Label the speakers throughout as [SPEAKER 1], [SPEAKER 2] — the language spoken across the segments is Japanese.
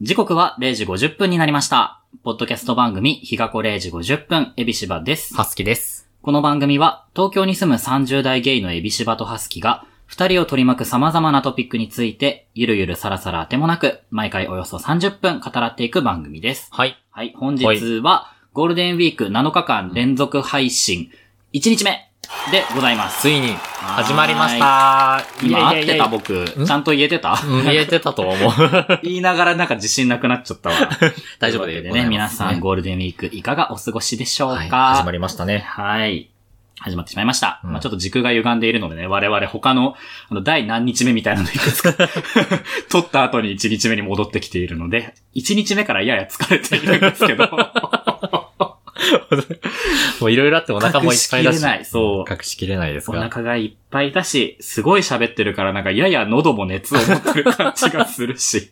[SPEAKER 1] 時刻は0時50分になりました。ポッドキャスト番組、日がこ0時50分、エビシバです。
[SPEAKER 2] はすきです。
[SPEAKER 1] この番組は、東京に住む30代ゲイのエビシバとハスキが、二人を取り巻く様々なトピックについて、ゆるゆるさらさら当てもなく、毎回およそ30分語らっていく番組です。
[SPEAKER 2] はい。
[SPEAKER 1] はい、本日は、ゴールデンウィーク7日間連続配信、1日目でございます。
[SPEAKER 2] ついに、始まりました。
[SPEAKER 1] 今合っ
[SPEAKER 2] いや
[SPEAKER 1] て
[SPEAKER 2] いや
[SPEAKER 1] た
[SPEAKER 2] いやい
[SPEAKER 1] 僕、ちゃんと言えてた
[SPEAKER 2] やうん、言えてたと思う。
[SPEAKER 1] 言いながらなんか自信なくなっちゃったわ。
[SPEAKER 2] 大丈夫
[SPEAKER 1] とい
[SPEAKER 2] で
[SPEAKER 1] うこ
[SPEAKER 2] ご
[SPEAKER 1] と
[SPEAKER 2] ざ
[SPEAKER 1] で
[SPEAKER 2] います
[SPEAKER 1] ね、皆さんゴールデンウィークいかがお過ごしでしょうか、
[SPEAKER 2] はい始まりましたね。
[SPEAKER 1] はい。始まってしまいました。
[SPEAKER 2] うん
[SPEAKER 1] まあちょっと時空が歪んでいるのでね、我々他の、あの、第何日目みたいなのいく つか、撮った後に1日目に戻ってきているので、1日目からやや疲れているんです けど、
[SPEAKER 2] もういろいろあってお腹もいっぱいだ
[SPEAKER 1] 隠し
[SPEAKER 2] し。
[SPEAKER 1] きれないそう
[SPEAKER 2] 隠しきれないです
[SPEAKER 1] お
[SPEAKER 2] が。
[SPEAKER 1] 腹がいっぱいだし、すごい喋ってるからなんかやや喉も熱を持ってる感じがする し、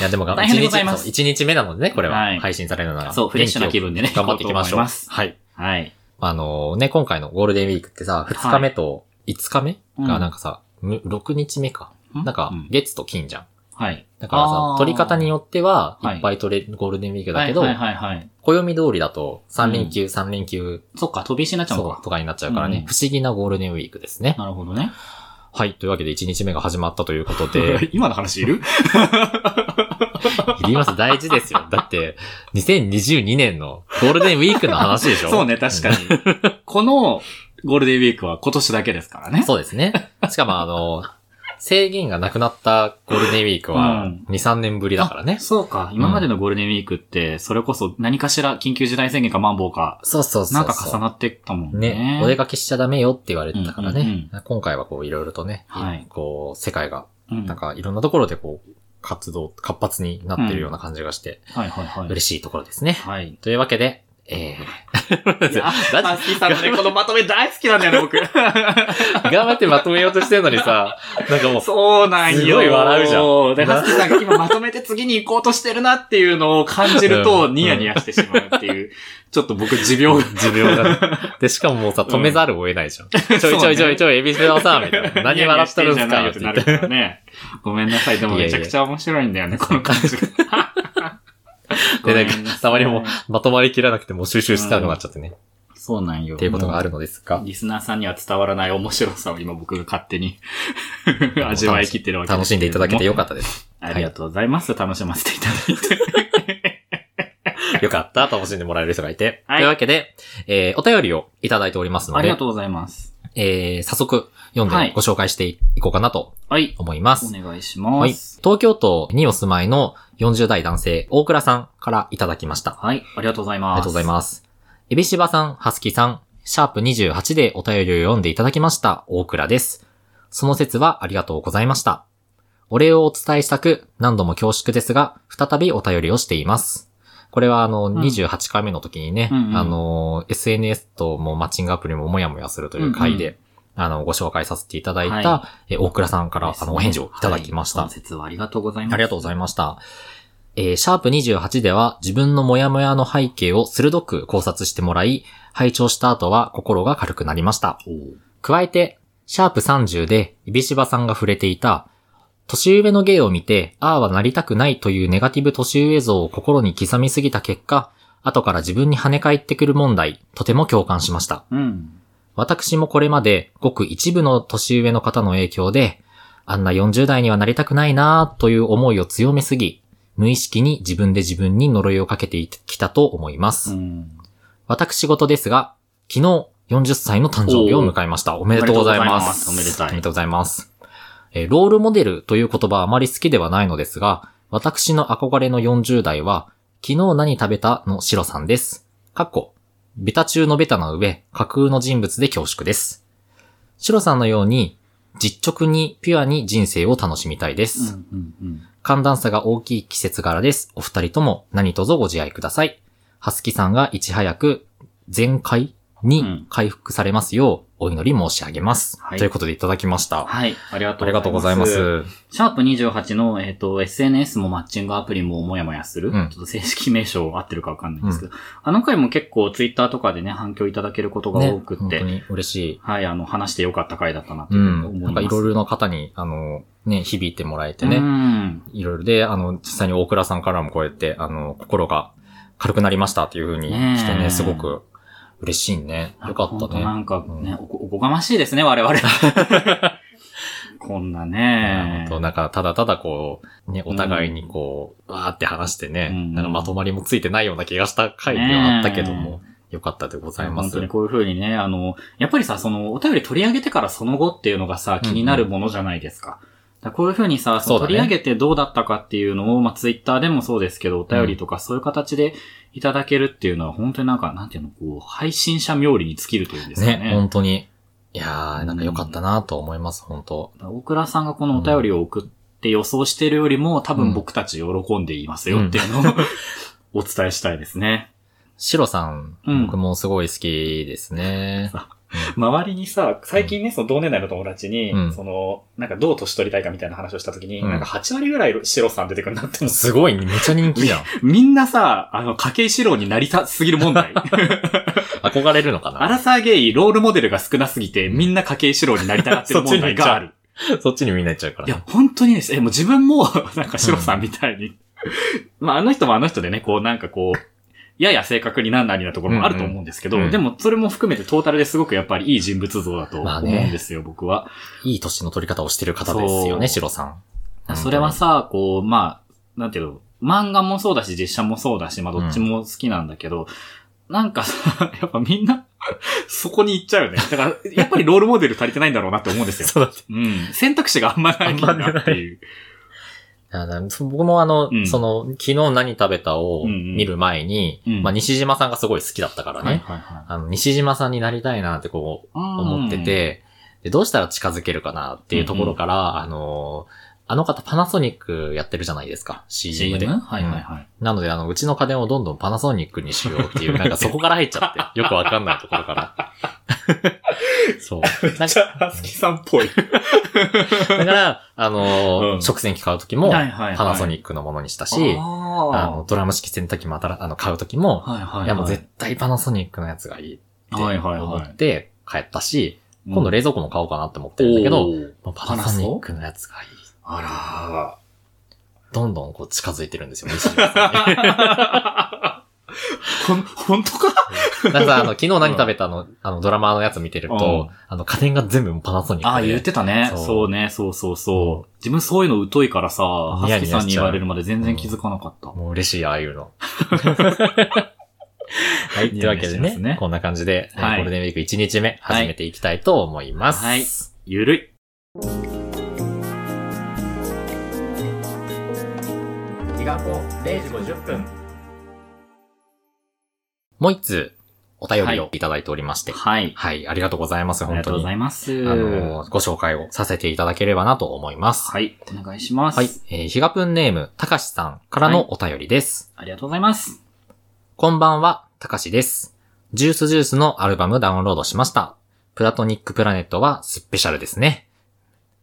[SPEAKER 2] いや、でもが、
[SPEAKER 1] 大変でございます
[SPEAKER 2] 一日そう一日目なのでね、これは。
[SPEAKER 1] はい
[SPEAKER 2] 配信されるなら。
[SPEAKER 1] そうフレッシュな
[SPEAKER 2] 元気を
[SPEAKER 1] 気分でね
[SPEAKER 2] 頑張っていきまし
[SPEAKER 1] 行こうと思い
[SPEAKER 2] ょ。
[SPEAKER 1] うます
[SPEAKER 2] はい。
[SPEAKER 1] はい。
[SPEAKER 2] あのね、今回のゴールデンウィークってさ、2日目と5日目
[SPEAKER 1] うん
[SPEAKER 2] がなんかさ、む6日目か。なんか
[SPEAKER 1] う、
[SPEAKER 2] 月と金じゃん。
[SPEAKER 1] はい。
[SPEAKER 2] だから
[SPEAKER 1] あ
[SPEAKER 2] さ
[SPEAKER 1] ー、
[SPEAKER 2] 取り方によっては、
[SPEAKER 1] はい
[SPEAKER 2] いっぱい取れるゴールデンウィークだけど、
[SPEAKER 1] はいはいはいはい。
[SPEAKER 2] 暦通りだと3連休、3連休、
[SPEAKER 1] そっか、飛び石になっちゃうの
[SPEAKER 2] そう
[SPEAKER 1] か。
[SPEAKER 2] とかになっちゃうからね、
[SPEAKER 1] うん
[SPEAKER 2] 不思議なゴールデンウィークですね。
[SPEAKER 1] なるほどね。
[SPEAKER 2] はい。というわけで1日目が始まったという ことで、
[SPEAKER 1] 今の話い る
[SPEAKER 2] いります。大事ですよ。だって、2022年のゴールデンウィークの話でし ょ
[SPEAKER 1] そうね、確かに。このゴールデンウィークは今年だけですからね。
[SPEAKER 2] そうですね。しかもあの、制限がなくなったゴールデンウィーク
[SPEAKER 1] う
[SPEAKER 2] は
[SPEAKER 1] ん
[SPEAKER 2] 2、3年ぶりだからね。
[SPEAKER 1] そうか。今までのゴールデンウィークって、それこそ何かしら緊急事態宣言かマンボウか、
[SPEAKER 2] そうそうそうそ
[SPEAKER 1] な
[SPEAKER 2] う。
[SPEAKER 1] んか重なってたもんね。
[SPEAKER 2] ね、お出かけしちゃダメよって言われてたからね。
[SPEAKER 1] うんうん
[SPEAKER 2] 今回はこういろいろとね、
[SPEAKER 1] はい
[SPEAKER 2] こう世界が、
[SPEAKER 1] うん
[SPEAKER 2] なんかいろんなところでこう活動、活発になってるような感じがして、
[SPEAKER 1] はいはいはい。
[SPEAKER 2] 嬉しいところですね。
[SPEAKER 1] はい。
[SPEAKER 2] というわけで、え
[SPEAKER 1] いや、
[SPEAKER 2] だって
[SPEAKER 1] ハスキーさんの ね、このまとめ大好きなんだよね、僕。
[SPEAKER 2] ー、頑張ってまとめようとしてるのにさ、なんかも う、
[SPEAKER 1] そうなんよ。
[SPEAKER 2] すごい笑うじゃ
[SPEAKER 1] ん。で、ハスキーさんが今まとめて次に行こうとしてるなっていうのを感じると、
[SPEAKER 2] うん
[SPEAKER 1] ニヤニヤしてしまうっていう、ちょっと僕持病が。
[SPEAKER 2] 持病が。で、しかももうさ、止めざるを得ないじゃん。ちょいちょいちょいちょい、エビスラさん、みたいな。 何笑ってるんす
[SPEAKER 1] ニヤニ
[SPEAKER 2] か
[SPEAKER 1] ヤ
[SPEAKER 2] っ
[SPEAKER 1] しててんじゃな
[SPEAKER 2] 言っ
[SPEAKER 1] いよってなる
[SPEAKER 2] て。
[SPEAKER 1] からね。ごめんなさい。でもめちゃくちゃ面白いんだよね、この感 じが。ごめ
[SPEAKER 2] で、
[SPEAKER 1] んなさい
[SPEAKER 2] なんか、たまにもう、まとまりきらなくて、もう収集したくなっちゃってね。
[SPEAKER 1] そうなんよ。
[SPEAKER 2] っていうことがあるのですが、
[SPEAKER 1] リスナーさんには伝わらない面白さを今僕が勝手 に味わい切ってるわけ
[SPEAKER 2] 楽しんでいただけてよ
[SPEAKER 1] っ
[SPEAKER 2] かったです。
[SPEAKER 1] た。ありがとうございます。楽しませていただいて。
[SPEAKER 2] よかった、楽しんでもらえる人がいて。
[SPEAKER 1] はい
[SPEAKER 2] というわけで、えー、お便りをいただいておりますの
[SPEAKER 1] ありが
[SPEAKER 2] で、
[SPEAKER 1] とうございます。
[SPEAKER 2] えー、早速、読ん
[SPEAKER 1] はい
[SPEAKER 2] でご紹介していこうかなと
[SPEAKER 1] はい。
[SPEAKER 2] 思います
[SPEAKER 1] お。願いし
[SPEAKER 2] は
[SPEAKER 1] ま
[SPEAKER 2] い。
[SPEAKER 1] す。
[SPEAKER 2] 東京都にお住まいの40代男性、大倉さんからいただきました。
[SPEAKER 1] はい。ありがとうございます。
[SPEAKER 2] ありがとうございます。エビシバさん、ハスキさん、シャープ28でお便りを読んでいただきました、大倉です。その説はありがとうございました。お礼をお伝えしたく、何度も恐縮ですが、再びお便りをしています。これはあの、
[SPEAKER 1] ん
[SPEAKER 2] 28回目の時にね、
[SPEAKER 1] うんうん
[SPEAKER 2] あの、SNS ともうマッチングアプリももやもやするという回で、
[SPEAKER 1] うんう
[SPEAKER 2] あの、ご紹介させていただいた、
[SPEAKER 1] は
[SPEAKER 2] え大倉さんから、
[SPEAKER 1] です
[SPEAKER 2] あ
[SPEAKER 1] ね
[SPEAKER 2] の、お返事をいただきました。
[SPEAKER 1] はいその説はありがとうございます。
[SPEAKER 2] ありがとうござい
[SPEAKER 1] ま
[SPEAKER 2] ました。えー、シャープ28では自分のモヤモヤの背景を鋭く考察してもらい、拝聴した後は心が軽くなりました。
[SPEAKER 1] す。
[SPEAKER 2] 加えて、シャープ30で、いびしばさんが触れていた、年上の芸を見て、ああはなりたくないというネガティブ年上像を心に刻みすぎた結果、後から自分に跳ね返ってくる問題、とても共感しました。
[SPEAKER 1] うん。
[SPEAKER 2] 私もこれまでごく一部の年上の方の影響で、あんな40代にはなりたくないなぁという思いを強めすぎ、無意識に自分で自分に呪いをかけてきたと思います。
[SPEAKER 1] うん。
[SPEAKER 2] 私事ですが、昨日40歳の誕生日を迎えました。おめでとうございます。
[SPEAKER 1] おめでとうございますおめでたい
[SPEAKER 2] おめでとうございます。えーロールモデルという言葉はあまり好きではないのですが、私の憧れの40代は、昨日何食べたのシロさんです。かっこ、ベタ中のベタな上、架空の人物で恐縮です。シロさんのように、実直にピュアに人生を楽しみたいです。
[SPEAKER 1] うんうんうん。
[SPEAKER 2] 寒暖差が大きい季節柄です。お二人とも何卒ご自愛ください。はすきさんがいち早く全開
[SPEAKER 1] う
[SPEAKER 2] に
[SPEAKER 1] ん
[SPEAKER 2] 回復されますようお祈り申し上げます。
[SPEAKER 1] はい
[SPEAKER 2] ということでいただきました。あ
[SPEAKER 1] はい。ありがとうございます。
[SPEAKER 2] りがとうございます。
[SPEAKER 1] シャープ28の、えっ、と、SNS もマッチングアプリももやもやする。
[SPEAKER 2] うん
[SPEAKER 1] ちょっと正式名称合ってるかわかんないんですけど、あの回も結構ツイッターとかでね、反響いただけることが
[SPEAKER 2] ね
[SPEAKER 1] 多くっ
[SPEAKER 2] 本
[SPEAKER 1] て、
[SPEAKER 2] 当に嬉しい。
[SPEAKER 1] はい、あの、話してよかった回だったなとい
[SPEAKER 2] う
[SPEAKER 1] うふうに
[SPEAKER 2] ん。
[SPEAKER 1] 思
[SPEAKER 2] ないんか
[SPEAKER 1] ます。
[SPEAKER 2] いろいろな方に、あの、ね、響いてもらえて
[SPEAKER 1] う
[SPEAKER 2] ね。
[SPEAKER 1] ん。
[SPEAKER 2] いろいろで、あの、実際に大倉さんからもこうやって、あの、心が軽くなりましたっていうふうに来て
[SPEAKER 1] ね
[SPEAKER 2] ね、
[SPEAKER 1] え
[SPEAKER 2] すごく嬉しいね。よかっ
[SPEAKER 1] ほ
[SPEAKER 2] た
[SPEAKER 1] んとな
[SPEAKER 2] ね。
[SPEAKER 1] んかね、
[SPEAKER 2] うん
[SPEAKER 1] おこおこがましいですね、我 々。こんな
[SPEAKER 2] ね
[SPEAKER 1] ね
[SPEAKER 2] 本。当なんか、ただただこう、ね、お互いにこう、わーって話してね、
[SPEAKER 1] うん
[SPEAKER 2] なんかまとまりもついてないような気がした回ではあったけども、よかったでございま
[SPEAKER 1] 本
[SPEAKER 2] す。
[SPEAKER 1] 当にこういう風にね、あの、やっぱりさ、その、お便り取り上げてからその後っていうのがさ、
[SPEAKER 2] うん
[SPEAKER 1] 気になるものじゃないですか。だからこういう風にさ、その
[SPEAKER 2] そうだね
[SPEAKER 1] 取り上げてどうだったかっていうのを、まあ、ツイッターでもそうですけど、お便りとかそういう形でいただけるっていうのは、本当になんか、なんていうの、こう、配信者冥利に尽きるというんですかね。
[SPEAKER 2] ね、本当に。いやー、なんかよかったなと思います、本当
[SPEAKER 1] 大倉さんがこのお便りを送って予想してるよりも、多分僕たち喜んでいますよっていうのを、 お伝えしたいですね。
[SPEAKER 2] シロさん、
[SPEAKER 1] うん
[SPEAKER 2] 僕もすごい好きですね。
[SPEAKER 1] 周りにさ、最近ね、その同年代の友達に、
[SPEAKER 2] うん
[SPEAKER 1] その、なんかどう年取りたいかみたいな話をした時に、
[SPEAKER 2] うん
[SPEAKER 1] なんか8割ぐらい白さん出てくるなって思って
[SPEAKER 2] すごい、めちゃ人気じ ゃん。
[SPEAKER 1] みんなさ、あの、家計白になりたすぎる問 題。
[SPEAKER 2] 憧れるのかな
[SPEAKER 1] アラサーゲイ、ロールモデルが少なすぎて、みんな家計白になりたがってる問題がある。
[SPEAKER 2] そっちにみんな行っちゃうから
[SPEAKER 1] い
[SPEAKER 2] ね。
[SPEAKER 1] や、本当にです。え、もう自分も、 なんか白さんみたいに。まあ、あの人もあの人でね、こう、なんかこう、やや正確になんなりなところもあると思うんですけど、
[SPEAKER 2] うんうんうん
[SPEAKER 1] でもそれも含めてトータルですごくやっぱりいい人物像だと
[SPEAKER 2] まあ
[SPEAKER 1] 思うん
[SPEAKER 2] ね
[SPEAKER 1] ですよ、僕は。
[SPEAKER 2] いい年の取り方をしてる方ですよね、
[SPEAKER 1] そう
[SPEAKER 2] シロさん。
[SPEAKER 1] それはさ、こう、まあ、なんていうの、漫画もそうだし、実写もそうだし、まあどっちも好きなんだけど、なんかさ、 やっぱみんな、そこに行っちゃうよね。だから、やっぱりロールモデル足りてないんだろうなって思うん ですよ。
[SPEAKER 2] そうだって
[SPEAKER 1] うん。選択肢があんまないんだなっていう。
[SPEAKER 2] あの僕もあの、
[SPEAKER 1] うん
[SPEAKER 2] その、昨日何食べたを
[SPEAKER 1] うんうん
[SPEAKER 2] 見る前に、
[SPEAKER 1] うん
[SPEAKER 2] まあ、西島さんがすごい好きだったからね、
[SPEAKER 1] はいは
[SPEAKER 2] あの、西島さんになりたいなってこ
[SPEAKER 1] い。
[SPEAKER 2] う、思ってて、で、どうしたら近づけるかなっていうところから、あの、あの方パナソニックやってるじゃないですか、
[SPEAKER 1] うん、
[SPEAKER 2] CM で。
[SPEAKER 1] CM? はいはい
[SPEAKER 2] うん
[SPEAKER 1] はい。
[SPEAKER 2] なので、あの、うちの家電をどんどんパナソニックにしようって いう、なんかそこから入っちゃって、よくわかんないところから。そう。なんか
[SPEAKER 1] ゃハスキさんっぽい。
[SPEAKER 2] だから、あの、
[SPEAKER 1] うん
[SPEAKER 2] 食洗機買うときも、
[SPEAKER 1] はい
[SPEAKER 2] パ
[SPEAKER 1] はいはい
[SPEAKER 2] ナソニックのものにしたし、
[SPEAKER 1] あ
[SPEAKER 2] あ
[SPEAKER 1] あ
[SPEAKER 2] の、ドラム式洗濯機もあたら、あの、買うときも、
[SPEAKER 1] はいはいはい
[SPEAKER 2] いやもう絶対パナソニックのやつがいいって
[SPEAKER 1] はいはい
[SPEAKER 2] 思
[SPEAKER 1] は
[SPEAKER 2] っ
[SPEAKER 1] い。
[SPEAKER 2] て帰ったし、今度冷蔵庫も買おうかなって思って
[SPEAKER 1] うん
[SPEAKER 2] るんだけど、
[SPEAKER 1] おー
[SPEAKER 2] もうパナソニックのやつがいい。
[SPEAKER 1] あらー。
[SPEAKER 2] どんどんこう近づいてる んですよ、西島さんに
[SPEAKER 1] ほん、ほんとか
[SPEAKER 2] だからさ、あの、昨日何食べたの、あの、ドラマのやつ見てると、あの、家電が全部パナソニックで。
[SPEAKER 1] ああ、言ってたね。
[SPEAKER 2] そ
[SPEAKER 1] そううね、そうそうそう。自分そういうの疎いからさ、ハ
[SPEAKER 2] ニヤ
[SPEAKER 1] ス
[SPEAKER 2] ニ
[SPEAKER 1] キ
[SPEAKER 2] ヤ
[SPEAKER 1] さ
[SPEAKER 2] しちゃ
[SPEAKER 1] に言
[SPEAKER 2] うん
[SPEAKER 1] われるまで全然気づかなかった。
[SPEAKER 2] もう嬉しい、ああい うの。はい、というわけで
[SPEAKER 1] いいねしま
[SPEAKER 2] ね、
[SPEAKER 1] すね
[SPEAKER 2] こんな感じで、えー
[SPEAKER 1] はい
[SPEAKER 2] ゴールデンウィーク1日目、始めていきたいと思います。
[SPEAKER 1] はいゆるい。
[SPEAKER 2] 日がこ0時50分。もう一通、お便りをいただいておりまして。はい、
[SPEAKER 1] はい。
[SPEAKER 2] ありがとうございます、
[SPEAKER 1] あり
[SPEAKER 2] 本
[SPEAKER 1] がとう
[SPEAKER 2] 当
[SPEAKER 1] ご
[SPEAKER 2] に。
[SPEAKER 1] ざいます。
[SPEAKER 2] あのー、ご紹介をさせていただければなと思います。
[SPEAKER 1] はい、お願いします。
[SPEAKER 2] はい。えー、ひがぷんネーム、たかしさんからのお便りです。
[SPEAKER 1] ありがとうございます。
[SPEAKER 2] こんばんは、たかしです。ジュースジュースのアルバムダウンロードしました。プラトニックプラネットはスペシャルですね。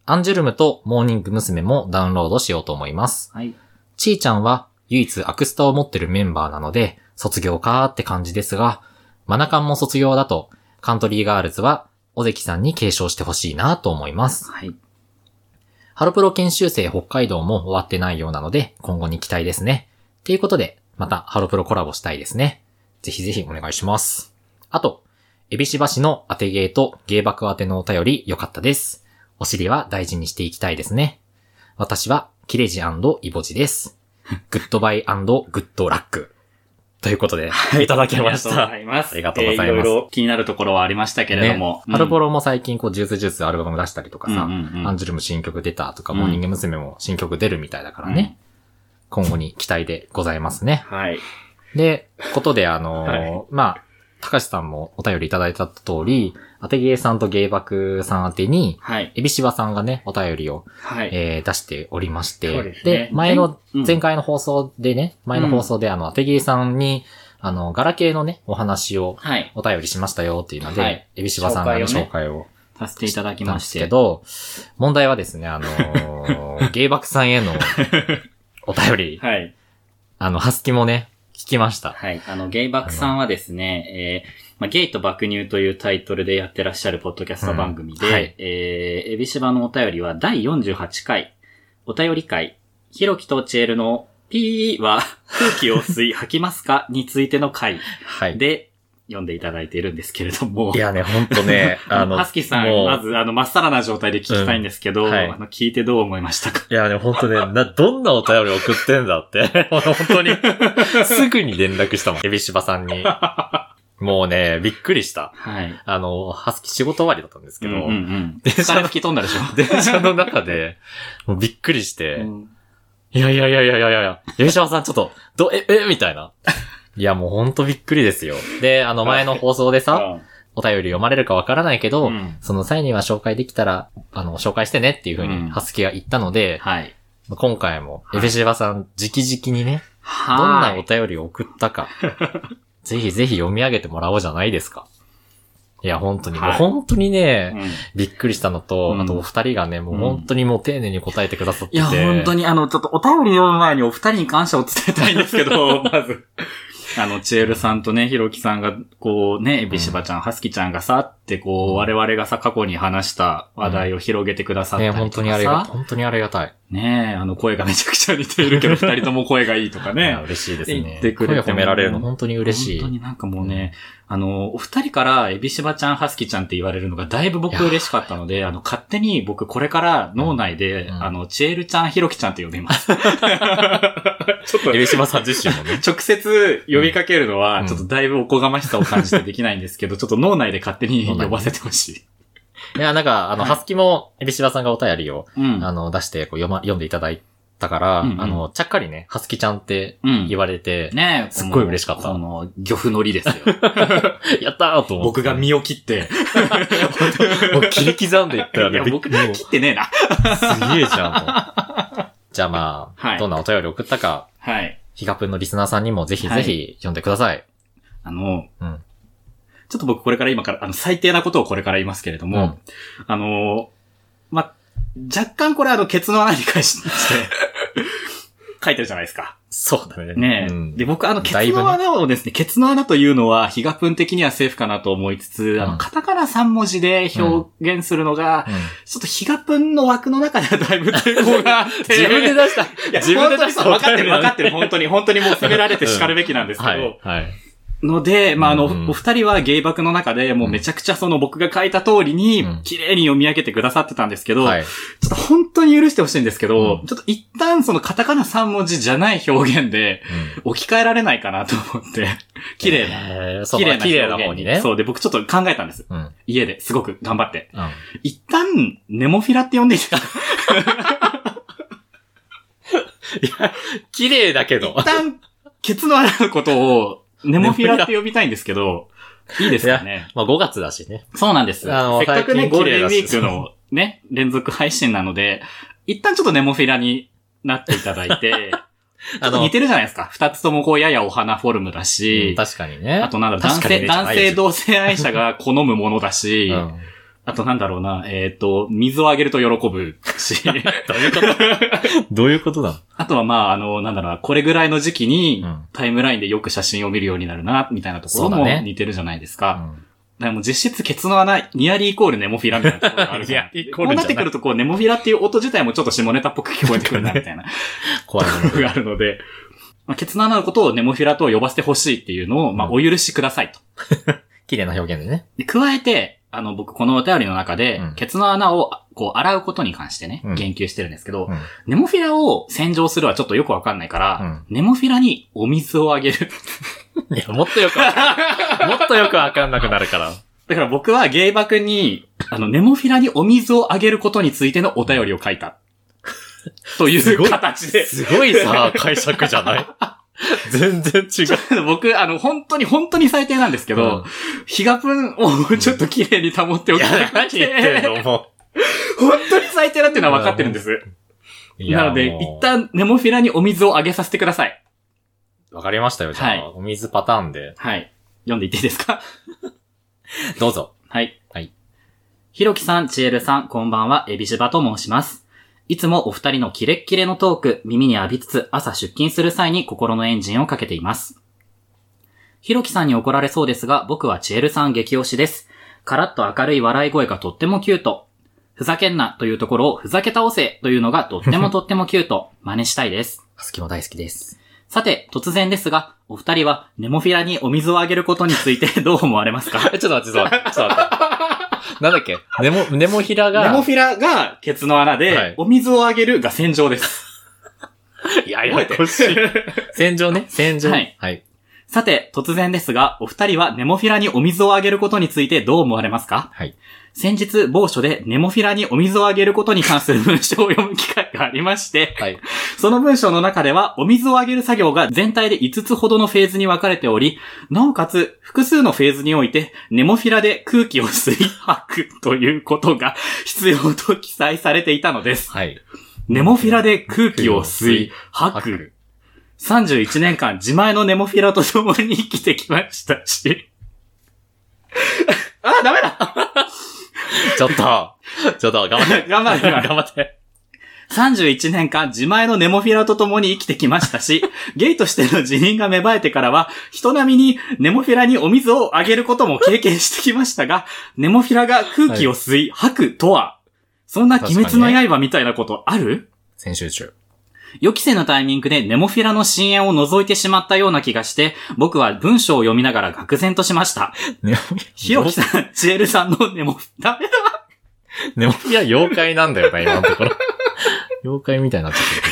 [SPEAKER 2] アンジュルムとモーニング娘。もダウンロードしようと思います。
[SPEAKER 1] はい。
[SPEAKER 2] ちーちゃんは唯一アクスタを持ってるメンバーなので、卒業かーって感じですが、マナカンも卒業だと、カントリーガールズは、小関さんに継承してほしいなと思います。
[SPEAKER 1] はい。
[SPEAKER 2] ハロプロ研修生北海道も終わってないようなので、今後に期待ですね。ということで、またハロプロコラボしたいですね。ぜひぜひお願いします。あと、エビシバシの当てゲーと芸爆当てのお便り良かったです。お尻は大事にしていきたいですね。私は、キレジイボジです。グッドバイグッドラック。ということで、いただきまし
[SPEAKER 1] あ
[SPEAKER 2] た。
[SPEAKER 1] りがとうございます。
[SPEAKER 2] ありがとうございます
[SPEAKER 1] えーろいろ気になるところはありましたけれども。
[SPEAKER 2] ハロプ
[SPEAKER 1] ロ
[SPEAKER 2] ロも最近こう、ジュースジュースアルバム出したりとかさ、アン
[SPEAKER 1] さ、
[SPEAKER 2] ジュルム新曲出たとか、
[SPEAKER 1] うん
[SPEAKER 2] モーニング娘。も新曲出るみたいだからね、今後に期待でございますね。
[SPEAKER 1] うん。はい。
[SPEAKER 2] で、ことであのー
[SPEAKER 1] はい
[SPEAKER 2] まあ、高橋さんもお便りいただいた通り、当て芸さんと芸爆さん宛てに、
[SPEAKER 1] はい。
[SPEAKER 2] エビシバさんがね、お便りを、
[SPEAKER 1] はい。
[SPEAKER 2] えー出しておりまして、
[SPEAKER 1] そうですね
[SPEAKER 2] 前の、
[SPEAKER 1] うん
[SPEAKER 2] 前回の放送でね、前の放送であの、当て芸さんに、あの、ガラケーのね、お話を
[SPEAKER 1] はい。
[SPEAKER 2] お便りしましたよっていうので、
[SPEAKER 1] はい
[SPEAKER 2] エビシバさんがね
[SPEAKER 1] 紹
[SPEAKER 2] 紹介を
[SPEAKER 1] させていただき
[SPEAKER 2] な
[SPEAKER 1] ま
[SPEAKER 2] んで
[SPEAKER 1] し
[SPEAKER 2] す
[SPEAKER 1] て。
[SPEAKER 2] けど、問題はですね、あの ー、ゲイバクさんへのお便り、
[SPEAKER 1] はい。
[SPEAKER 2] あの、ハスキもね、聞きました。
[SPEAKER 1] はい。あの、ゲイバクさんはですね、えーまあ、ゲイと爆乳というタイトルでやってらっしゃるポッドキャスト番組で、
[SPEAKER 2] うんはい
[SPEAKER 1] えー、エビシバのお便りは第48回、お便り会、ひろきとチエルのピーは空気を吸い吐きますかについての回
[SPEAKER 2] はい。
[SPEAKER 1] で読んでいただいているんですけれども、
[SPEAKER 2] いやね、ほんと ね、あの、
[SPEAKER 1] ハスキーさん、
[SPEAKER 2] もう
[SPEAKER 1] まず、あの、まっさらな状態で聞きたいんですけど、
[SPEAKER 2] うんはい
[SPEAKER 1] あの、聞いてどう思いましたか
[SPEAKER 2] いやね、ほんとね、な、どんなお便り送ってんだって。 ほんとに。すぐに連絡したもん。エビシバさんに。もうね、びっくりした。
[SPEAKER 1] はい。
[SPEAKER 2] あの、ハスキ仕事終わりだったんですけ
[SPEAKER 1] うん
[SPEAKER 2] ど、
[SPEAKER 1] うんうん。
[SPEAKER 2] 電車
[SPEAKER 1] 疲
[SPEAKER 2] の
[SPEAKER 1] れ吹き飛んだでしょ。
[SPEAKER 2] 電車の中で、もうびっくりして、
[SPEAKER 1] うん
[SPEAKER 2] いやいやいやいやいやいや、吉沢さんちょっと、ど、え、え、みたいな。いや、もうほんとびっくりですよ。で、あの前の放送でさ、お便り読まれるかわからないけど、
[SPEAKER 1] うん
[SPEAKER 2] その際には紹介できたら、あの、紹介してねっていうふう
[SPEAKER 1] うん
[SPEAKER 2] に、ハスキが言ったので、
[SPEAKER 1] はい。
[SPEAKER 2] 今回も、
[SPEAKER 1] はい
[SPEAKER 2] エベシバさん直々にね、どんな
[SPEAKER 1] は
[SPEAKER 2] お
[SPEAKER 1] い。
[SPEAKER 2] 便りを送っ たか、ぜひぜひ読み上げてもらおうじゃないですか。いや、本当に、もう
[SPEAKER 1] はい
[SPEAKER 2] 本当にね、
[SPEAKER 1] うん
[SPEAKER 2] びっくりしたのと、
[SPEAKER 1] うん
[SPEAKER 2] あとお二人がね、もう本当にもう丁寧に答えてくださって
[SPEAKER 1] い
[SPEAKER 2] て。
[SPEAKER 1] や、本当に、あの、ちょっとお便り読む前にお二人に感謝を伝えたいんですけ ど、まず。あの、チエルさんとね、ひろきさんが、こうね、エビシバちゃん、ハスキちゃんがさ、ってこう、我々がさ、過去に話した話題を広げてくださった
[SPEAKER 2] ね、
[SPEAKER 1] りとかさ、
[SPEAKER 2] 本当にありが、本当にありがたい。
[SPEAKER 1] ねえ、あの、声がめちゃくちゃ似ているけど、二人とも声がいいとか
[SPEAKER 2] い
[SPEAKER 1] ね
[SPEAKER 2] や。嬉しいです
[SPEAKER 1] 言
[SPEAKER 2] ね
[SPEAKER 1] っ。て
[SPEAKER 2] 声
[SPEAKER 1] くれても
[SPEAKER 2] 褒められるの本当に嬉しい。
[SPEAKER 1] 本当になんかもうね、あの、お二人から、エビシバちゃん、ハスキちゃんって言われるのがだいぶ僕
[SPEAKER 2] いや
[SPEAKER 1] 嬉しかったので、あの、勝手に僕これから脳内で、
[SPEAKER 2] うん
[SPEAKER 1] あの、チエルちゃん、ヒロキちゃんって呼びます。ちょっと。
[SPEAKER 2] エビシバさん自身もね
[SPEAKER 1] 直接呼びかけるの
[SPEAKER 2] う
[SPEAKER 1] は、
[SPEAKER 2] ん
[SPEAKER 1] ちょっとだいぶおこがましさを感じてできないんですけど、ちょっと脳内で勝手に呼ばせてほし
[SPEAKER 2] いや、なんか、あの、
[SPEAKER 1] はい
[SPEAKER 2] ハスキも、エビシバさんがお便りを、
[SPEAKER 1] い。うん。
[SPEAKER 2] あの、出して、こう、読ま、読んでいただいたから、
[SPEAKER 1] うんうん
[SPEAKER 2] あの、ちゃっかりね、ハスキちゃんって
[SPEAKER 1] うん
[SPEAKER 2] 言われて、
[SPEAKER 1] ねえ
[SPEAKER 2] すっごい嬉しかった
[SPEAKER 1] この、漁夫のりですよ。
[SPEAKER 2] やったーと思って。
[SPEAKER 1] 僕が身を切って、
[SPEAKER 2] もう切り刻んでいったら
[SPEAKER 1] いや
[SPEAKER 2] ね、
[SPEAKER 1] 僕
[SPEAKER 2] もう
[SPEAKER 1] 切
[SPEAKER 2] す
[SPEAKER 1] ってねえな。
[SPEAKER 2] げえじゃ んと。じゃあまあ、
[SPEAKER 1] はい
[SPEAKER 2] どんなお便り送ったか、
[SPEAKER 1] はい。
[SPEAKER 2] ヒカプンのリスナーさんにもぜひぜひ読んでください。
[SPEAKER 1] あの、
[SPEAKER 2] うん
[SPEAKER 1] ちょっと僕これから今から、あの、最低なことをこれから言いますけれども、あの、ま、若干これあの、ケツの穴に返 して、書いてるじゃないですか。
[SPEAKER 2] そうだね。
[SPEAKER 1] ねえ、
[SPEAKER 2] うん
[SPEAKER 1] で、僕あの、ケ
[SPEAKER 2] だい
[SPEAKER 1] ツ
[SPEAKER 2] ぶね
[SPEAKER 1] の穴をですね、ケツの穴というのは、ヒガプン的にはセーフかなと思いつつ、あ
[SPEAKER 2] う
[SPEAKER 1] の、
[SPEAKER 2] ん
[SPEAKER 1] カタカナ3文字で表現するのが、
[SPEAKER 2] うん
[SPEAKER 1] ちょっとヒガプンの枠の中ではだいぶ抵抗 があって。
[SPEAKER 2] 自分で出した。
[SPEAKER 1] いや
[SPEAKER 2] 自分で出した
[SPEAKER 1] 本当にそう分かってる分か
[SPEAKER 2] わ
[SPEAKER 1] ってる、本当に、本当にもう責められて叱るべきなんですけど、
[SPEAKER 2] はい。はい。
[SPEAKER 1] ので、まあ、あの、
[SPEAKER 2] うんうん
[SPEAKER 1] お二人は芸爆の中で、もうめちゃくちゃその僕が書いた通りに
[SPEAKER 2] うん、
[SPEAKER 1] 綺麗に読み上げてくださってたんですけど、
[SPEAKER 2] はい。
[SPEAKER 1] ちょっと本当に許してほしいんですけど、
[SPEAKER 2] うん
[SPEAKER 1] ちょっと一旦そのカタカナ3文字じゃない表現で、
[SPEAKER 2] うん
[SPEAKER 1] 置き換えられないかなと思 って、綺麗な。
[SPEAKER 2] えーそう
[SPEAKER 1] 綺
[SPEAKER 2] まあ
[SPEAKER 1] 麗
[SPEAKER 2] 綺麗
[SPEAKER 1] な
[SPEAKER 2] な
[SPEAKER 1] 表
[SPEAKER 2] 方
[SPEAKER 1] 現
[SPEAKER 2] に
[SPEAKER 1] に
[SPEAKER 2] ね。
[SPEAKER 1] そうで、僕ちょっと考えたんです。
[SPEAKER 2] うん。うん。
[SPEAKER 1] 家ですごく頑張って。一旦、ネモフィラって呼んでいいです か
[SPEAKER 2] 綺麗だけど
[SPEAKER 1] 一。旦、ケツのあることを、ネモフィラって呼びたいんですけど、いいですかね
[SPEAKER 2] まあ5月だしね。
[SPEAKER 1] そうなんです。せっ
[SPEAKER 2] あの
[SPEAKER 1] かくね、
[SPEAKER 2] 最近
[SPEAKER 1] ゴールデンウィ
[SPEAKER 2] 綺麗
[SPEAKER 1] ー
[SPEAKER 2] だし
[SPEAKER 1] クのね、連続配信なので、一旦ちょっとネモフィラになっていただい て、
[SPEAKER 2] あ
[SPEAKER 1] 似
[SPEAKER 2] の、
[SPEAKER 1] てるじゃないですか。二つともこう、ややお花フォルムだ
[SPEAKER 2] うん
[SPEAKER 1] し、
[SPEAKER 2] 確かにね。
[SPEAKER 1] あとなんだろう、
[SPEAKER 2] 確
[SPEAKER 1] 男
[SPEAKER 2] かに
[SPEAKER 1] 性、
[SPEAKER 2] ね
[SPEAKER 1] 男性同性愛者が好むものだし、
[SPEAKER 2] うん
[SPEAKER 1] あとなんだろうな、えっ、と、水をあげると喜ぶし、
[SPEAKER 2] どういうことどういうことだ
[SPEAKER 1] あとはまあ、あの、なんだろうな、これぐらいの時期に、
[SPEAKER 2] うん
[SPEAKER 1] タイムラインでよく写真を見るようになるな、みたいなところ
[SPEAKER 2] そう
[SPEAKER 1] も
[SPEAKER 2] だね
[SPEAKER 1] 似てるじゃないです
[SPEAKER 2] う
[SPEAKER 1] か。
[SPEAKER 2] ん
[SPEAKER 1] だからもう実質ケツの穴、ニアリーイコールネモフィラみたいなところがあるじゃん。
[SPEAKER 2] ニアリーイコ
[SPEAKER 1] こ
[SPEAKER 2] ール
[SPEAKER 1] うな
[SPEAKER 2] じゃ ない
[SPEAKER 1] ってくるとこうネモフィラっていう音自体もちょっと下ネタっぽく聞こえて くるなみたいな
[SPEAKER 2] 怖いも
[SPEAKER 1] と ころがあるので、まあ、ケツの穴のことをネモフィラと呼ばせてほしいっていうのを、まあ
[SPEAKER 2] う
[SPEAKER 1] お許しくださいと。
[SPEAKER 2] 綺麗な表現でね。
[SPEAKER 1] で加えて、あの僕このお便りの中で、
[SPEAKER 2] うん
[SPEAKER 1] ケツの穴をこう洗うことに関してね
[SPEAKER 2] うん、
[SPEAKER 1] 言及してるんですけど、
[SPEAKER 2] うん
[SPEAKER 1] ネモフィラを洗浄するはちょっとよくわかんないから、ネモフィラにお水をあげる。
[SPEAKER 2] いや、もっとよくわかん、 もっとよくわかんなくなるから。
[SPEAKER 1] だから僕はゲイバクに、あの、ネモフィラにお水をあげることについてのお便りを書い た。とい
[SPEAKER 2] すご
[SPEAKER 1] う
[SPEAKER 2] い
[SPEAKER 1] 形で。
[SPEAKER 2] すごいさ、解釈じゃない 全然違う。
[SPEAKER 1] 僕、あの、本当に、本当に最低なんですけど、ヒガプンをちょっと綺麗に保ってお
[SPEAKER 2] い
[SPEAKER 1] きた
[SPEAKER 2] や、
[SPEAKER 1] く
[SPEAKER 2] 何言って
[SPEAKER 1] て、
[SPEAKER 2] んのも
[SPEAKER 1] 本当に最低だっていうのは分かってるんです。
[SPEAKER 2] う。いや
[SPEAKER 1] なので、
[SPEAKER 2] もう
[SPEAKER 1] 一旦ネモフィラにお水をあげさせてください。
[SPEAKER 2] わかりましたよ、じゃあ、
[SPEAKER 1] はい
[SPEAKER 2] お水パターンで。
[SPEAKER 1] はい。読んでいっていいですか
[SPEAKER 2] どう ぞ。
[SPEAKER 1] はい。
[SPEAKER 2] はい。
[SPEAKER 1] ひろきさん、ちえるさん、こんばんは、えびしばと申します。いつもお二人のキレッキレのトーク、耳に浴びつつ、朝出勤する際に心のエンジンをかけています。ひろきさんに怒られそうですが、僕はちえるさん激推しです。カラッと明るい笑い声がとってもキュート。ふざけんなというところをふざけ倒せというのがとって もとってもキュート。真似したいです。
[SPEAKER 2] ハスキも大好きです。
[SPEAKER 1] さて、突然ですが、お二人はネモフィラにお水をあげることについてどう思われますか
[SPEAKER 2] え、ちょっと待って、ちょっと待って、ちょっと待って。なんだっけネモ、 ネモヒラ
[SPEAKER 1] ネモ
[SPEAKER 2] が、
[SPEAKER 1] フィラがケツの穴で、
[SPEAKER 2] はい
[SPEAKER 1] お水をあげるが戦場です。
[SPEAKER 2] いや、ややこしい。戦場ね、戦場。
[SPEAKER 1] はい。
[SPEAKER 2] はい。
[SPEAKER 1] さて、突然ですが、お二人はネモフィラにお水をあげることについてどう思われますか
[SPEAKER 2] はい。
[SPEAKER 1] 先日、某所でネモフィラにお水をあげることに関する文章を読む機会がありまして、
[SPEAKER 2] はい。
[SPEAKER 1] その文章の中では、お水をあげる作業が全体で5つほどのフェーズに分かれており、なおかつ、複数のフェーズにおいて、ネモフィラで空気を吸い吐くということが必要と記載されていたのです。
[SPEAKER 2] はい。
[SPEAKER 1] ネモフィラで空気を吸い吐
[SPEAKER 2] 吐
[SPEAKER 1] く。
[SPEAKER 2] く。
[SPEAKER 1] 31年間、自前のネモフィラと共に生きてきましたし。 あ、ダメだ
[SPEAKER 2] ちょっと、ちょっと、頑張っ て。
[SPEAKER 1] 頑 張れ 頑張れ
[SPEAKER 2] 頑張って。
[SPEAKER 1] 31年間自前のネモフィラと共に生きてきました し、ゲイとしての辞任が芽生えてからは、人並みにネモフィラにお水をあげることも経験してきましたが、ネモフィラが空気を吸い、吐くとは、そんな鬼滅の刃みたいなことある、
[SPEAKER 2] 先週中。
[SPEAKER 1] 予期せぬタイミングでネモフィラの深淵を覗いてしまったような気がして、僕は文章を読みながら愕然としました。
[SPEAKER 2] ネモ
[SPEAKER 1] ひろきさん、ちえるさんのネモフィラ、
[SPEAKER 2] ネモフィラ妖怪なんだよな、今のと ころ。妖怪みたいになっちゃってるけ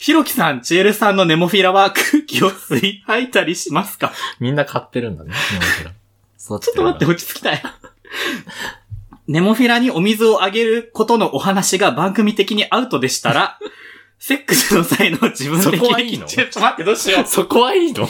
[SPEAKER 1] ひろきさん、ちえるさんのネモフィラは空気を吸い、吐いたりしますか
[SPEAKER 2] ど。みんな買ってるんだね、ネモフィラ。そう、
[SPEAKER 1] ちょっと待って、落ち着きたい。ネモフィラにお水をあげることのお話が番組的にアウトでした ら、セックスの際の自分的
[SPEAKER 2] そこはいいの
[SPEAKER 1] に、ちょっと待って、どうしよう。
[SPEAKER 2] そこはいいの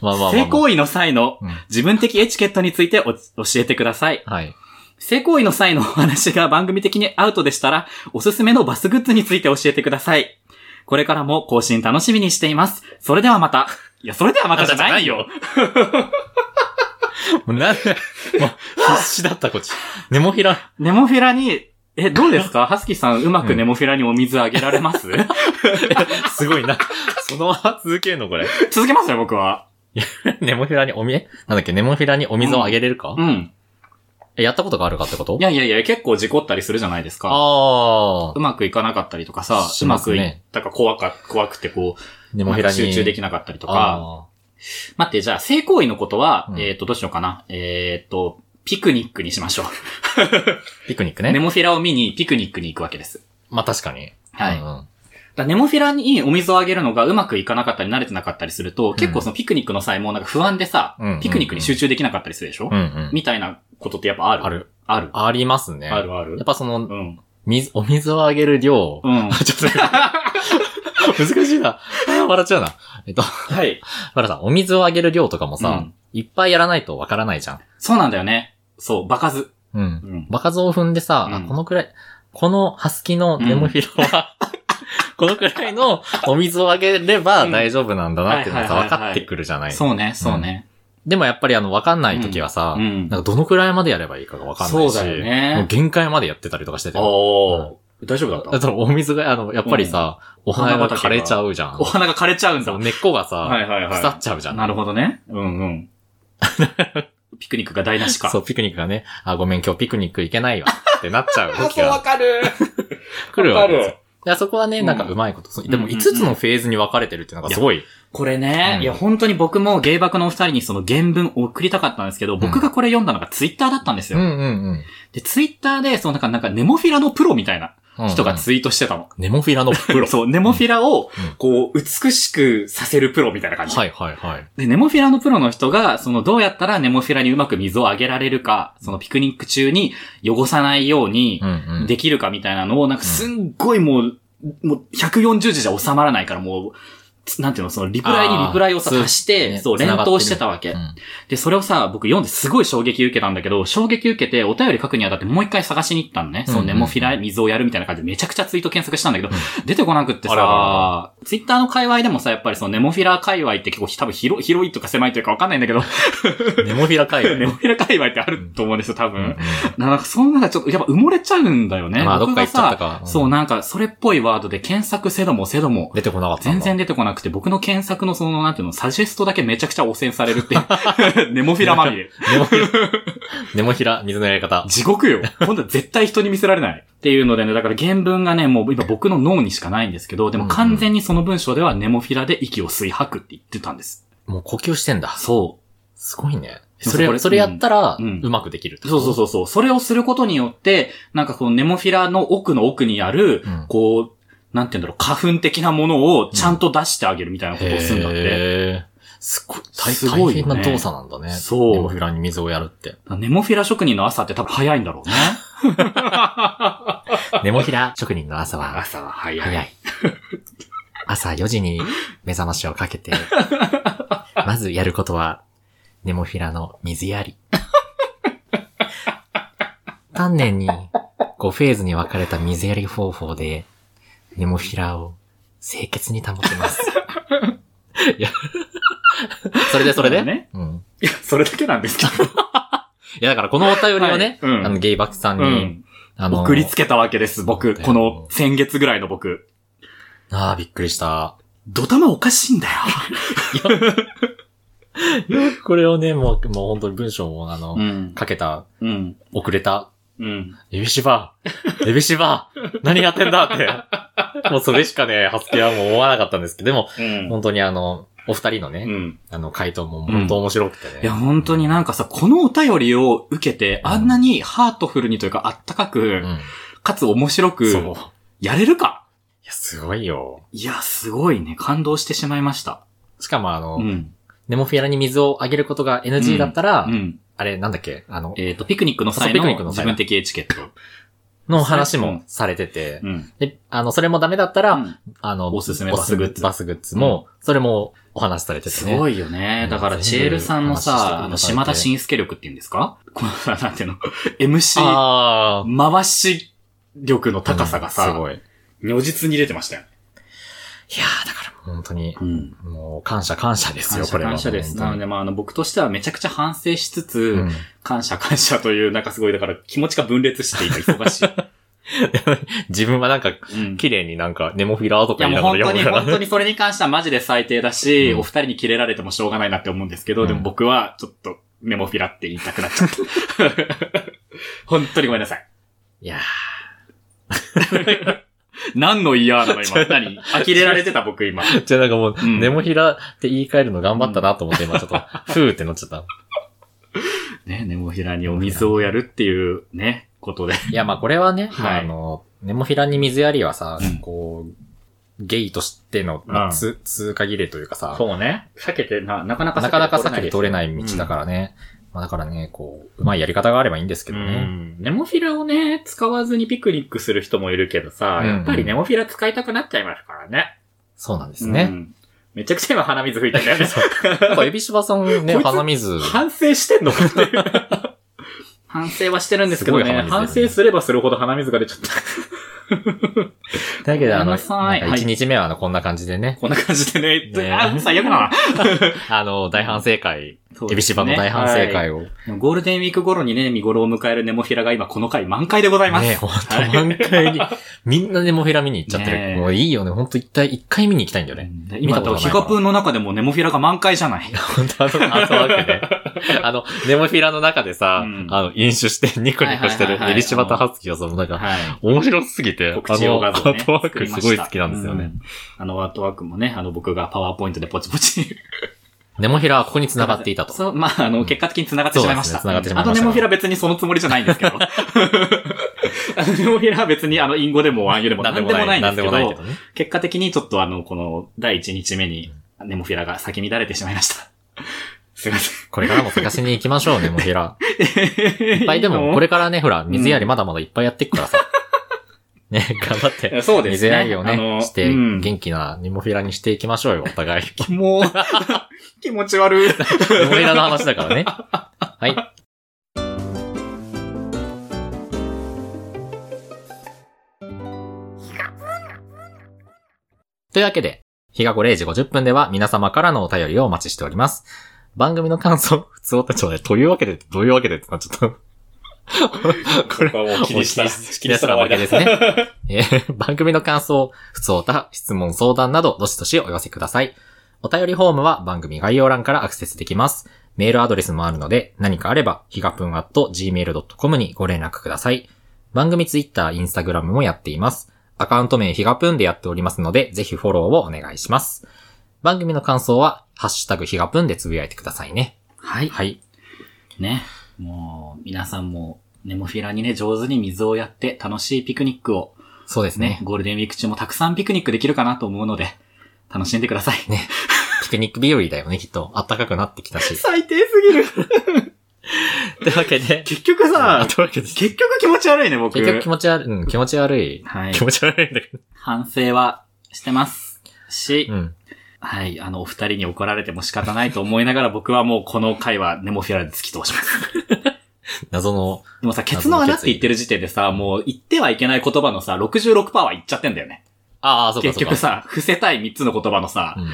[SPEAKER 2] ま あまあまあ、まあ。
[SPEAKER 1] 性行為の際の
[SPEAKER 2] うん
[SPEAKER 1] 自分的エチケットについてお教えてください。
[SPEAKER 2] はい。
[SPEAKER 1] 性行為の際のお話が番組的にアウトでしたら、おすすめのバスグッズについて教えてください。これからも更新楽しみにしています。それではまた。いや、それではまたじゃないよ。
[SPEAKER 2] もうなんで、もう必死だった、こっち。ネモフィラ、
[SPEAKER 1] ネモフィラに、 え、どうですかハスキーさん、うまくネモフィラにお水あげられます、
[SPEAKER 2] すごいな。そのまま続けるの、これ。
[SPEAKER 1] 続けますよ、僕は。
[SPEAKER 2] ネモフィラにおみえなんだっけ、ネモフィラにお水をあげれるか、
[SPEAKER 1] うん。
[SPEAKER 2] えやったことがあるかってこと
[SPEAKER 1] いやいやいや、結構事故ったりするじゃないですか。
[SPEAKER 2] あ
[SPEAKER 1] う
[SPEAKER 2] あ。
[SPEAKER 1] まくいかなかったりとかさ、
[SPEAKER 2] し
[SPEAKER 1] う
[SPEAKER 2] ま
[SPEAKER 1] ますくいっ
[SPEAKER 2] ね
[SPEAKER 1] たか怖か、怖くてこ
[SPEAKER 2] ネ
[SPEAKER 1] う、
[SPEAKER 2] モフィラに。
[SPEAKER 1] 集中で
[SPEAKER 2] き
[SPEAKER 1] きなかったりとか。
[SPEAKER 2] あ
[SPEAKER 1] 待って、じゃあ、性行為のことは、
[SPEAKER 2] うん
[SPEAKER 1] えっ、と、どうしようかな。えっ、と、ピクニックにしましょう。
[SPEAKER 2] ーピクニック
[SPEAKER 1] ネ
[SPEAKER 2] ね。
[SPEAKER 1] モフィラを見にピクニックに行くわけです。
[SPEAKER 2] まあ確かに。
[SPEAKER 1] はい。
[SPEAKER 2] うんうん
[SPEAKER 1] だからネモフィラにお水をあげるのがうまくいかなかったり慣れてなかったりすると、結構そのピクニックの際もなんか不安でさ、
[SPEAKER 2] うん
[SPEAKER 1] ピクニックに集中できなかったりするでしょ、
[SPEAKER 2] うんうん。
[SPEAKER 1] みたいなことってやっぱある。
[SPEAKER 2] あ。る。
[SPEAKER 1] ある。
[SPEAKER 2] ありますね。
[SPEAKER 1] あるある
[SPEAKER 2] やっ。ぱその
[SPEAKER 1] う、ん。
[SPEAKER 2] 水、お水をあげる量。
[SPEAKER 1] うん。
[SPEAKER 2] ちょ っと待って、難しいな。あー笑っちゃうな。えっと、
[SPEAKER 1] はい。
[SPEAKER 2] ほらさ、お水をあげる量とかもさ、
[SPEAKER 1] うん
[SPEAKER 2] いっぱいやらないとわからないじゃん。
[SPEAKER 1] そうなんだよね。そう、場数。
[SPEAKER 2] うん。
[SPEAKER 1] うん。
[SPEAKER 2] バカゾを踏んでさ、
[SPEAKER 1] うん
[SPEAKER 2] あこのくらい、このハスキのネモフィ ロは、このくらいのお水をあげれば
[SPEAKER 1] うん
[SPEAKER 2] 大丈夫なんだなっていうのがさ、
[SPEAKER 1] はいは
[SPEAKER 2] 分
[SPEAKER 1] いはいはい
[SPEAKER 2] かってくるじゃない。
[SPEAKER 1] そうね、そうね。
[SPEAKER 2] でもやっぱりあの、分かんない時はさ、
[SPEAKER 1] うん。
[SPEAKER 2] なんかどのくらいまでやればいいかが分かんないし、
[SPEAKER 1] そうだよね
[SPEAKER 2] もう限界までやってたりとかしてて。
[SPEAKER 1] おー。大丈夫だ
[SPEAKER 2] だ
[SPEAKER 1] っ
[SPEAKER 2] か
[SPEAKER 1] た
[SPEAKER 2] らお水が、あの、やっぱりさ、お花が枯れちゃうじゃん
[SPEAKER 1] お。花が枯れちゃうんだ。
[SPEAKER 2] そう
[SPEAKER 1] は
[SPEAKER 2] 根っこがさ、
[SPEAKER 1] いはい
[SPEAKER 2] 腐っ
[SPEAKER 1] は
[SPEAKER 2] ちゃうじゃ
[SPEAKER 1] い。
[SPEAKER 2] ん。
[SPEAKER 1] なるほどね。うんうん。 ピクニックが台無しか。
[SPEAKER 2] そう、ピクニックがね、あ、ごめん、今日ピクニック行けないわ、ってなっちゃう
[SPEAKER 1] あ、
[SPEAKER 2] 時
[SPEAKER 1] そうわ
[SPEAKER 2] が
[SPEAKER 1] かる。
[SPEAKER 2] 来るわけです
[SPEAKER 1] わ
[SPEAKER 2] よ。でそこはね、
[SPEAKER 1] うん
[SPEAKER 2] なんかうまいこと。そうでも
[SPEAKER 1] うんうんう
[SPEAKER 2] 5
[SPEAKER 1] ん
[SPEAKER 2] つのフェーズに分かれてるっていうのがすごい。
[SPEAKER 1] これね、
[SPEAKER 2] うん
[SPEAKER 1] いや本当に僕も芸爆のお二人にその原文を送りたかったんですけど、僕がこれ読んだのがツイッターだったんです
[SPEAKER 2] うん
[SPEAKER 1] よ。
[SPEAKER 2] うんうん
[SPEAKER 1] で、ツイッターで、そのなんか、なんかネモフィラのプロみたいな
[SPEAKER 2] うんうん。
[SPEAKER 1] 人がツイートしてたの。
[SPEAKER 2] ネモフィラのプロ。
[SPEAKER 1] そう、ネモフィラを
[SPEAKER 2] うん、
[SPEAKER 1] こう、美しくさせるプロみたいな感じ。
[SPEAKER 2] はいはいはい。
[SPEAKER 1] で、ネモフィラのプロの人が、その、どうやったらネモフィラにうまく水をあげられるか、そのピクニック中に汚さないように
[SPEAKER 2] うんうん。
[SPEAKER 1] できるかみたいなのを、なんかすんごいもう、もう140字じゃ収まらないからもう、つなんていうの、そのリプライにリプライをさ、
[SPEAKER 2] あー
[SPEAKER 1] 足して、
[SPEAKER 2] ね
[SPEAKER 1] そう、連
[SPEAKER 2] 繋がってる
[SPEAKER 1] 投してたわけ、
[SPEAKER 2] うん
[SPEAKER 1] で、それをさ、僕読んですごい衝撃受けたんだけど、衝撃受けてお便り書くにあたってもう一回探しに行ったのね。
[SPEAKER 2] うんうん
[SPEAKER 1] そうね、もうフィラ水をやるみたいな感じでめちゃくちゃツイート検索したんだけど、出てこなくって
[SPEAKER 2] あらら
[SPEAKER 1] さ、ツイッターの界隈でもさ、やっぱりそのネモフィラ界隈って結構多分広い、広いとか狭いというかわかんないんだけど、
[SPEAKER 2] ネモフィラ界 隈。
[SPEAKER 1] ネモフィラ界隈ってあると思うんですよ、多
[SPEAKER 2] うん
[SPEAKER 1] 分。なんか、その中ちょっと、やっぱ埋もれちゃうんだよね。
[SPEAKER 2] まあ、どっ
[SPEAKER 1] 僕
[SPEAKER 2] か
[SPEAKER 1] が
[SPEAKER 2] 行っちゃった
[SPEAKER 1] さ、
[SPEAKER 2] か。
[SPEAKER 1] そう、
[SPEAKER 2] ん
[SPEAKER 1] なんか、それっぽいワードで検索せどもせども、
[SPEAKER 2] 出てこなかったん
[SPEAKER 1] 全
[SPEAKER 2] だ。
[SPEAKER 1] 然出てこなくて、僕の検索のその、なんていうの、サジェストだけめちゃくちゃ汚染されるっていう。 ネモフィラまみれ。
[SPEAKER 2] ネモフィラ。ネモフィラ、水のや り方。
[SPEAKER 1] 地獄よ。今度は絶対人に見せられない。っていうのでね、だから原文がね、もう今僕の脳にしかないんですけど、でも完全にその文章ではネモフィラで息を吸い吐くって言ってたんです。
[SPEAKER 2] もう呼吸してんだ。
[SPEAKER 1] そ
[SPEAKER 2] すごいね。
[SPEAKER 1] そう
[SPEAKER 2] そ
[SPEAKER 1] これ
[SPEAKER 2] れ、それやった
[SPEAKER 1] う
[SPEAKER 2] ら、うん
[SPEAKER 1] うん
[SPEAKER 2] まくできるって
[SPEAKER 1] う。
[SPEAKER 2] こと。
[SPEAKER 1] そうそうそうそう。それをすることによって、なんかこのネモフィラの奥の奥にある、
[SPEAKER 2] うん
[SPEAKER 1] こう、なんて言うんだろう、花粉的なものをちゃんと出してあげるみたいなことをするんだって。
[SPEAKER 2] へーすごい、大
[SPEAKER 1] すごいよ
[SPEAKER 2] 大
[SPEAKER 1] ね
[SPEAKER 2] 変な動作なんだね。
[SPEAKER 1] そう
[SPEAKER 2] ネモフィラに水をやるって。
[SPEAKER 1] ネモフィラ職人の朝って多分早いんだろうね。
[SPEAKER 2] ネモフィラ職人の朝 は、
[SPEAKER 1] 朝は早い。
[SPEAKER 2] 早い。朝4時に目覚ましをかけ て、まずやることは、ネモフィラの水や り。丹念に5フェーズに分かれた水やり方法で、ネモフィラを清潔に保って ます。いや、それでそれで、
[SPEAKER 1] ね
[SPEAKER 2] うん。
[SPEAKER 1] いや、それだけなんですけど。
[SPEAKER 2] いや、だからこのお便りをね、
[SPEAKER 1] はいうん
[SPEAKER 2] あの、ゲイバクさん に、
[SPEAKER 1] うん。
[SPEAKER 2] あの、
[SPEAKER 1] 送りつけたわけです、僕。この先月ぐらいの僕。
[SPEAKER 2] ああ、びっくりした。
[SPEAKER 1] ドタマおかしいんだよ。
[SPEAKER 2] これをね、もう、もう本当に文章をあの、
[SPEAKER 1] ん。
[SPEAKER 2] かけた、
[SPEAKER 1] うん。
[SPEAKER 2] 遅れた、
[SPEAKER 1] うん。
[SPEAKER 2] エビシバエビシバ何やってんだ って。もうそれしかね、ハスケはもう思わなかったんですけど、でも、
[SPEAKER 1] うん。
[SPEAKER 2] 本当にあの、お二人のね、
[SPEAKER 1] うん。
[SPEAKER 2] あの、回答も本当面白くてね。
[SPEAKER 1] いや、本当になんかさ、このお便りを受けて、あんなにハートフルにというか、あったか
[SPEAKER 2] う
[SPEAKER 1] く、
[SPEAKER 2] ん。
[SPEAKER 1] かつ面白
[SPEAKER 2] そう。い
[SPEAKER 1] く、やれるか
[SPEAKER 2] や、すごいよ。
[SPEAKER 1] いや、すごいね。感動してしまいました。
[SPEAKER 2] しかもあの、
[SPEAKER 1] うん。
[SPEAKER 2] ネモフィラに水をあげることが NG だったら、
[SPEAKER 1] うん。
[SPEAKER 2] あれ、なんだっけ、あの、
[SPEAKER 1] えっと、ピクニックの際
[SPEAKER 2] そうピク
[SPEAKER 1] の
[SPEAKER 2] ニックの
[SPEAKER 1] 自
[SPEAKER 2] 際
[SPEAKER 1] 分的エチケット。
[SPEAKER 2] の話
[SPEAKER 1] う
[SPEAKER 2] も
[SPEAKER 1] ん
[SPEAKER 2] されてて、
[SPEAKER 1] うん。
[SPEAKER 2] で、あの、それもダメだったら、あの、
[SPEAKER 1] おすすめ
[SPEAKER 2] お
[SPEAKER 1] バスグッズ
[SPEAKER 2] バスグッズも、それもお話しされてて
[SPEAKER 1] す
[SPEAKER 2] ね。
[SPEAKER 1] ご
[SPEAKER 2] い。
[SPEAKER 1] いよね
[SPEAKER 2] う。ん
[SPEAKER 1] だから、チエルさんの
[SPEAKER 2] 全部話してくださ
[SPEAKER 1] さ、
[SPEAKER 2] って
[SPEAKER 1] あの、島田紳介力って言うんですかこのさ、なんていう の ?MC、
[SPEAKER 2] あー
[SPEAKER 1] 回し力の高さが
[SPEAKER 2] うん
[SPEAKER 1] さ
[SPEAKER 2] す、ごい。いや
[SPEAKER 1] 如実に出てましたよね。
[SPEAKER 2] ーだから本当に、
[SPEAKER 1] うん。
[SPEAKER 2] もう感謝感謝です
[SPEAKER 1] 感
[SPEAKER 2] よ、こ
[SPEAKER 1] 謝
[SPEAKER 2] れは。
[SPEAKER 1] 感謝です。な
[SPEAKER 2] 本
[SPEAKER 1] の
[SPEAKER 2] 当
[SPEAKER 1] で、
[SPEAKER 2] に
[SPEAKER 1] まあ、あの、僕としてはめちゃくちゃ反省しつつ、
[SPEAKER 2] うん、
[SPEAKER 1] 感謝感謝という、なんかすごい、だから気持ちが分裂していた、忙し い。
[SPEAKER 2] 自分はなんか、
[SPEAKER 1] うん
[SPEAKER 2] 綺麗になんか、ネモフィラと
[SPEAKER 1] い
[SPEAKER 2] か
[SPEAKER 1] や
[SPEAKER 2] 言い
[SPEAKER 1] もう
[SPEAKER 2] な
[SPEAKER 1] 本当
[SPEAKER 2] がら
[SPEAKER 1] に、
[SPEAKER 2] 読むから
[SPEAKER 1] 本当にそれに関してはマジで最低だし、
[SPEAKER 2] うん
[SPEAKER 1] お二人にキレられてもしょうがないなって思うんですけど、でも
[SPEAKER 2] うん
[SPEAKER 1] 僕はちょっとネモフィラって言いたくなっ ちゃった。本当にごめんなさい。
[SPEAKER 2] いや
[SPEAKER 1] 何の嫌なの今。何呆れられてた僕今。
[SPEAKER 2] ーじゃあなんかもう、
[SPEAKER 1] うん
[SPEAKER 2] ネモフィラって言い換えるの頑張ったなと思って、今ちょっと、ふーってなっちゃった。
[SPEAKER 1] ね、ネモフィラにお水をやるっていうね、ことで。
[SPEAKER 2] いや、まあこれはね、
[SPEAKER 1] はい
[SPEAKER 2] あの、ネモフィラに水やりはさ、
[SPEAKER 1] うん
[SPEAKER 2] こう、ゲイとしての、まあ
[SPEAKER 1] うん
[SPEAKER 2] つ通過儀礼というかさ、
[SPEAKER 1] そうね。避けてな、なかなか
[SPEAKER 2] なかなか避け
[SPEAKER 1] て
[SPEAKER 2] て通れない道だからね。まあだからね、こう、うまいやり方があればいいんですけど
[SPEAKER 1] う
[SPEAKER 2] ね。
[SPEAKER 1] んネモフィラをね、使わずにピクニックする人もいるけどさ、
[SPEAKER 2] うん
[SPEAKER 1] やっぱりネモフィラ使いたくなっちゃいますからね。
[SPEAKER 2] そうなんで
[SPEAKER 1] う
[SPEAKER 2] す
[SPEAKER 1] ん
[SPEAKER 2] ね。。
[SPEAKER 1] めちゃくちゃ今鼻水 吹いてるよね。
[SPEAKER 2] やっぱ、エビシバさんね、
[SPEAKER 1] こいつ
[SPEAKER 2] 鼻水。
[SPEAKER 1] 反省してんのかっていう。反省はしてるんですけどね
[SPEAKER 2] すごい鼻水
[SPEAKER 1] 反省すればするほど鼻水が出ちゃった。
[SPEAKER 2] だけど、あ
[SPEAKER 1] ごめん
[SPEAKER 2] の、
[SPEAKER 1] なさい
[SPEAKER 2] なんか1日目はあの、こんな感じでね、
[SPEAKER 1] こんな感じでね、
[SPEAKER 2] ね
[SPEAKER 1] あ、最悪だな。
[SPEAKER 2] あの、大反省会、
[SPEAKER 1] そうですね
[SPEAKER 2] エビシバの大反省会を。
[SPEAKER 1] はいゴールデンウィーク頃にね、見頃を迎えるネモフィラが今この回満開でございます。
[SPEAKER 2] ね、ほんと満開に、みんなネモフィラ見に行っちゃって
[SPEAKER 1] ね
[SPEAKER 2] る。もういいよね、ほんと一体、一回見に行きたいんだよね。
[SPEAKER 1] ね
[SPEAKER 2] 見
[SPEAKER 1] 今
[SPEAKER 2] た
[SPEAKER 1] だ
[SPEAKER 2] こ
[SPEAKER 1] と
[SPEAKER 2] とない
[SPEAKER 1] ヒカプーの中でもネモフィラが満開じゃない。
[SPEAKER 2] ほんとあの、あのわけで。あの、ネモフィラの中でさ、
[SPEAKER 1] うん
[SPEAKER 2] あの、飲酒してニコニコして
[SPEAKER 1] はいはいはい
[SPEAKER 2] る
[SPEAKER 1] はい
[SPEAKER 2] エビシバとハスキーはそのなんか、
[SPEAKER 1] はい。
[SPEAKER 2] 面白すぎて、あの、ア
[SPEAKER 1] 告知用画像、ね、
[SPEAKER 2] ートワー
[SPEAKER 1] 作
[SPEAKER 2] ク
[SPEAKER 1] りました
[SPEAKER 2] すごい好きなんですよね。
[SPEAKER 1] うんあのアートワークもね、あの僕がパワーポイントでポチポ チ。
[SPEAKER 2] ネモフィラはここに繋がっていたと。
[SPEAKER 1] そう、まあ、あ
[SPEAKER 2] う
[SPEAKER 1] の、
[SPEAKER 2] ん
[SPEAKER 1] 結果的に繋がってしまいました。
[SPEAKER 2] そうですね繋がってしまいました
[SPEAKER 1] あとネモフィラ別にそのつもりじゃないんですけ ど。あのネモフィラは別にあの、インゴでも暗湯でも何でもないんですけど、
[SPEAKER 2] なんでもないけどね。
[SPEAKER 1] 結果的にちょっとあの、この第1日目にネモフィラが咲き乱れてしまいました。すいません。
[SPEAKER 2] これからも探しに行きま しょうね、モヘラ。いっ
[SPEAKER 1] い
[SPEAKER 2] ぱいでも、こ
[SPEAKER 1] れ、
[SPEAKER 2] れからね、ほら、水やりまだまだいっぱいやっていくからさ。ね、頑張って。
[SPEAKER 1] そうです
[SPEAKER 2] 水
[SPEAKER 1] ね。
[SPEAKER 2] やりを
[SPEAKER 1] あ
[SPEAKER 2] ね、
[SPEAKER 1] の
[SPEAKER 2] して、
[SPEAKER 1] うん
[SPEAKER 2] 元気なニモフィラにしていきましょうよ、お互い。
[SPEAKER 1] もう、 気持ち悪い。
[SPEAKER 2] ニモフィラの話だからね。はい。というわけで、日が5 0時50分では皆様からのお便りをお待ちしております。番組の感想、普通おたちょね、というわけで、どういうわけでってなっちゃった。これ
[SPEAKER 1] これはもう気にしたら、
[SPEAKER 2] 気にしたら
[SPEAKER 1] 気にしたら終わりだ。
[SPEAKER 2] えー番組の感想、不相談、質問、相談など、どしどしお寄せください。お便りフォームは番組概要欄からアクセスできます。メールアドレスもあるので、何かあれば、ひがぷん at gmail.com にご連絡ください。番組ツイッター、インスタグラムもやっています。アカウント名ひがぷんでやっておりますので、ぜひフォローをお願いします。番組の感想は、ハッシュタグひがぷんでつぶやいてくださいね。
[SPEAKER 1] はい。
[SPEAKER 2] はい。
[SPEAKER 1] ね。もう、皆さんも、ネモフィラにね、上手に水をやって楽しいピクニックを、
[SPEAKER 2] そうです
[SPEAKER 1] ね
[SPEAKER 2] ね、。
[SPEAKER 1] ゴールデンウィーク中もたくさんピクニックできるかなと思うので、楽しんでください。
[SPEAKER 2] ねピクニック日和だよね、きっと。暖かくな ってきたし。
[SPEAKER 1] 最低す ぎる。
[SPEAKER 2] というわけで。
[SPEAKER 1] 結局 さ、
[SPEAKER 2] というわけで
[SPEAKER 1] 結局気持ち悪いね、僕。
[SPEAKER 2] 結局気持ち悪い、うん、気持ち悪い。
[SPEAKER 1] はい
[SPEAKER 2] 気。持ち悪いんだけど。
[SPEAKER 1] 反省はしてます。し、
[SPEAKER 2] うん。
[SPEAKER 1] はい、あの、お二人に怒られても仕方ないと思いながら僕はもうこの回はネモフィラで突き通します。
[SPEAKER 2] 謎の、
[SPEAKER 1] でもさ、ケツの穴って言ってる時点でさ、もう言ってはいけない言葉のさ、66%は言っちゃってんだよね。
[SPEAKER 2] ああ、そうか
[SPEAKER 1] 結
[SPEAKER 2] そうか。
[SPEAKER 1] 局さ、伏せたい3つの言葉のさ、
[SPEAKER 2] うん、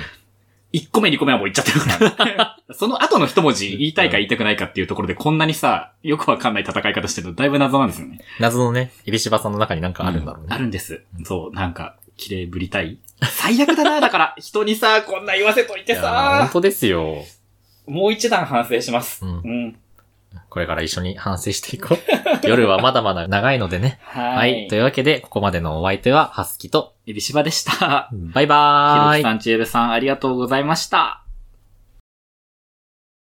[SPEAKER 1] 1個目2個目はもう言っちゃってる から。その後の一文字言いたいか言いたくないかっていうところでこんなにさ、よくわかんない戦い方してるのだいぶ謎なんですよね。
[SPEAKER 2] 謎のね、エビシバさんの中になんかあるんだろう
[SPEAKER 1] あ
[SPEAKER 2] ね。
[SPEAKER 1] るんです。そう、なんか、綺麗ぶりたい。最悪だな、だから、人にさ、こんな言わせといて
[SPEAKER 2] いやー本
[SPEAKER 1] さ、
[SPEAKER 2] 当ですよ。
[SPEAKER 1] もう一段反省します。
[SPEAKER 2] うん
[SPEAKER 1] うん。
[SPEAKER 2] これから一緒に反省していこう。 夜はまだまだ長いのでね。
[SPEAKER 1] は。
[SPEAKER 2] はいい。というわけで、ここまでのお相手は、ハスキと、
[SPEAKER 1] エビシバでした。
[SPEAKER 2] バ
[SPEAKER 1] ひろ
[SPEAKER 2] イバー
[SPEAKER 1] き
[SPEAKER 2] イ。
[SPEAKER 1] さん、ちえるさん、ありがとうございました。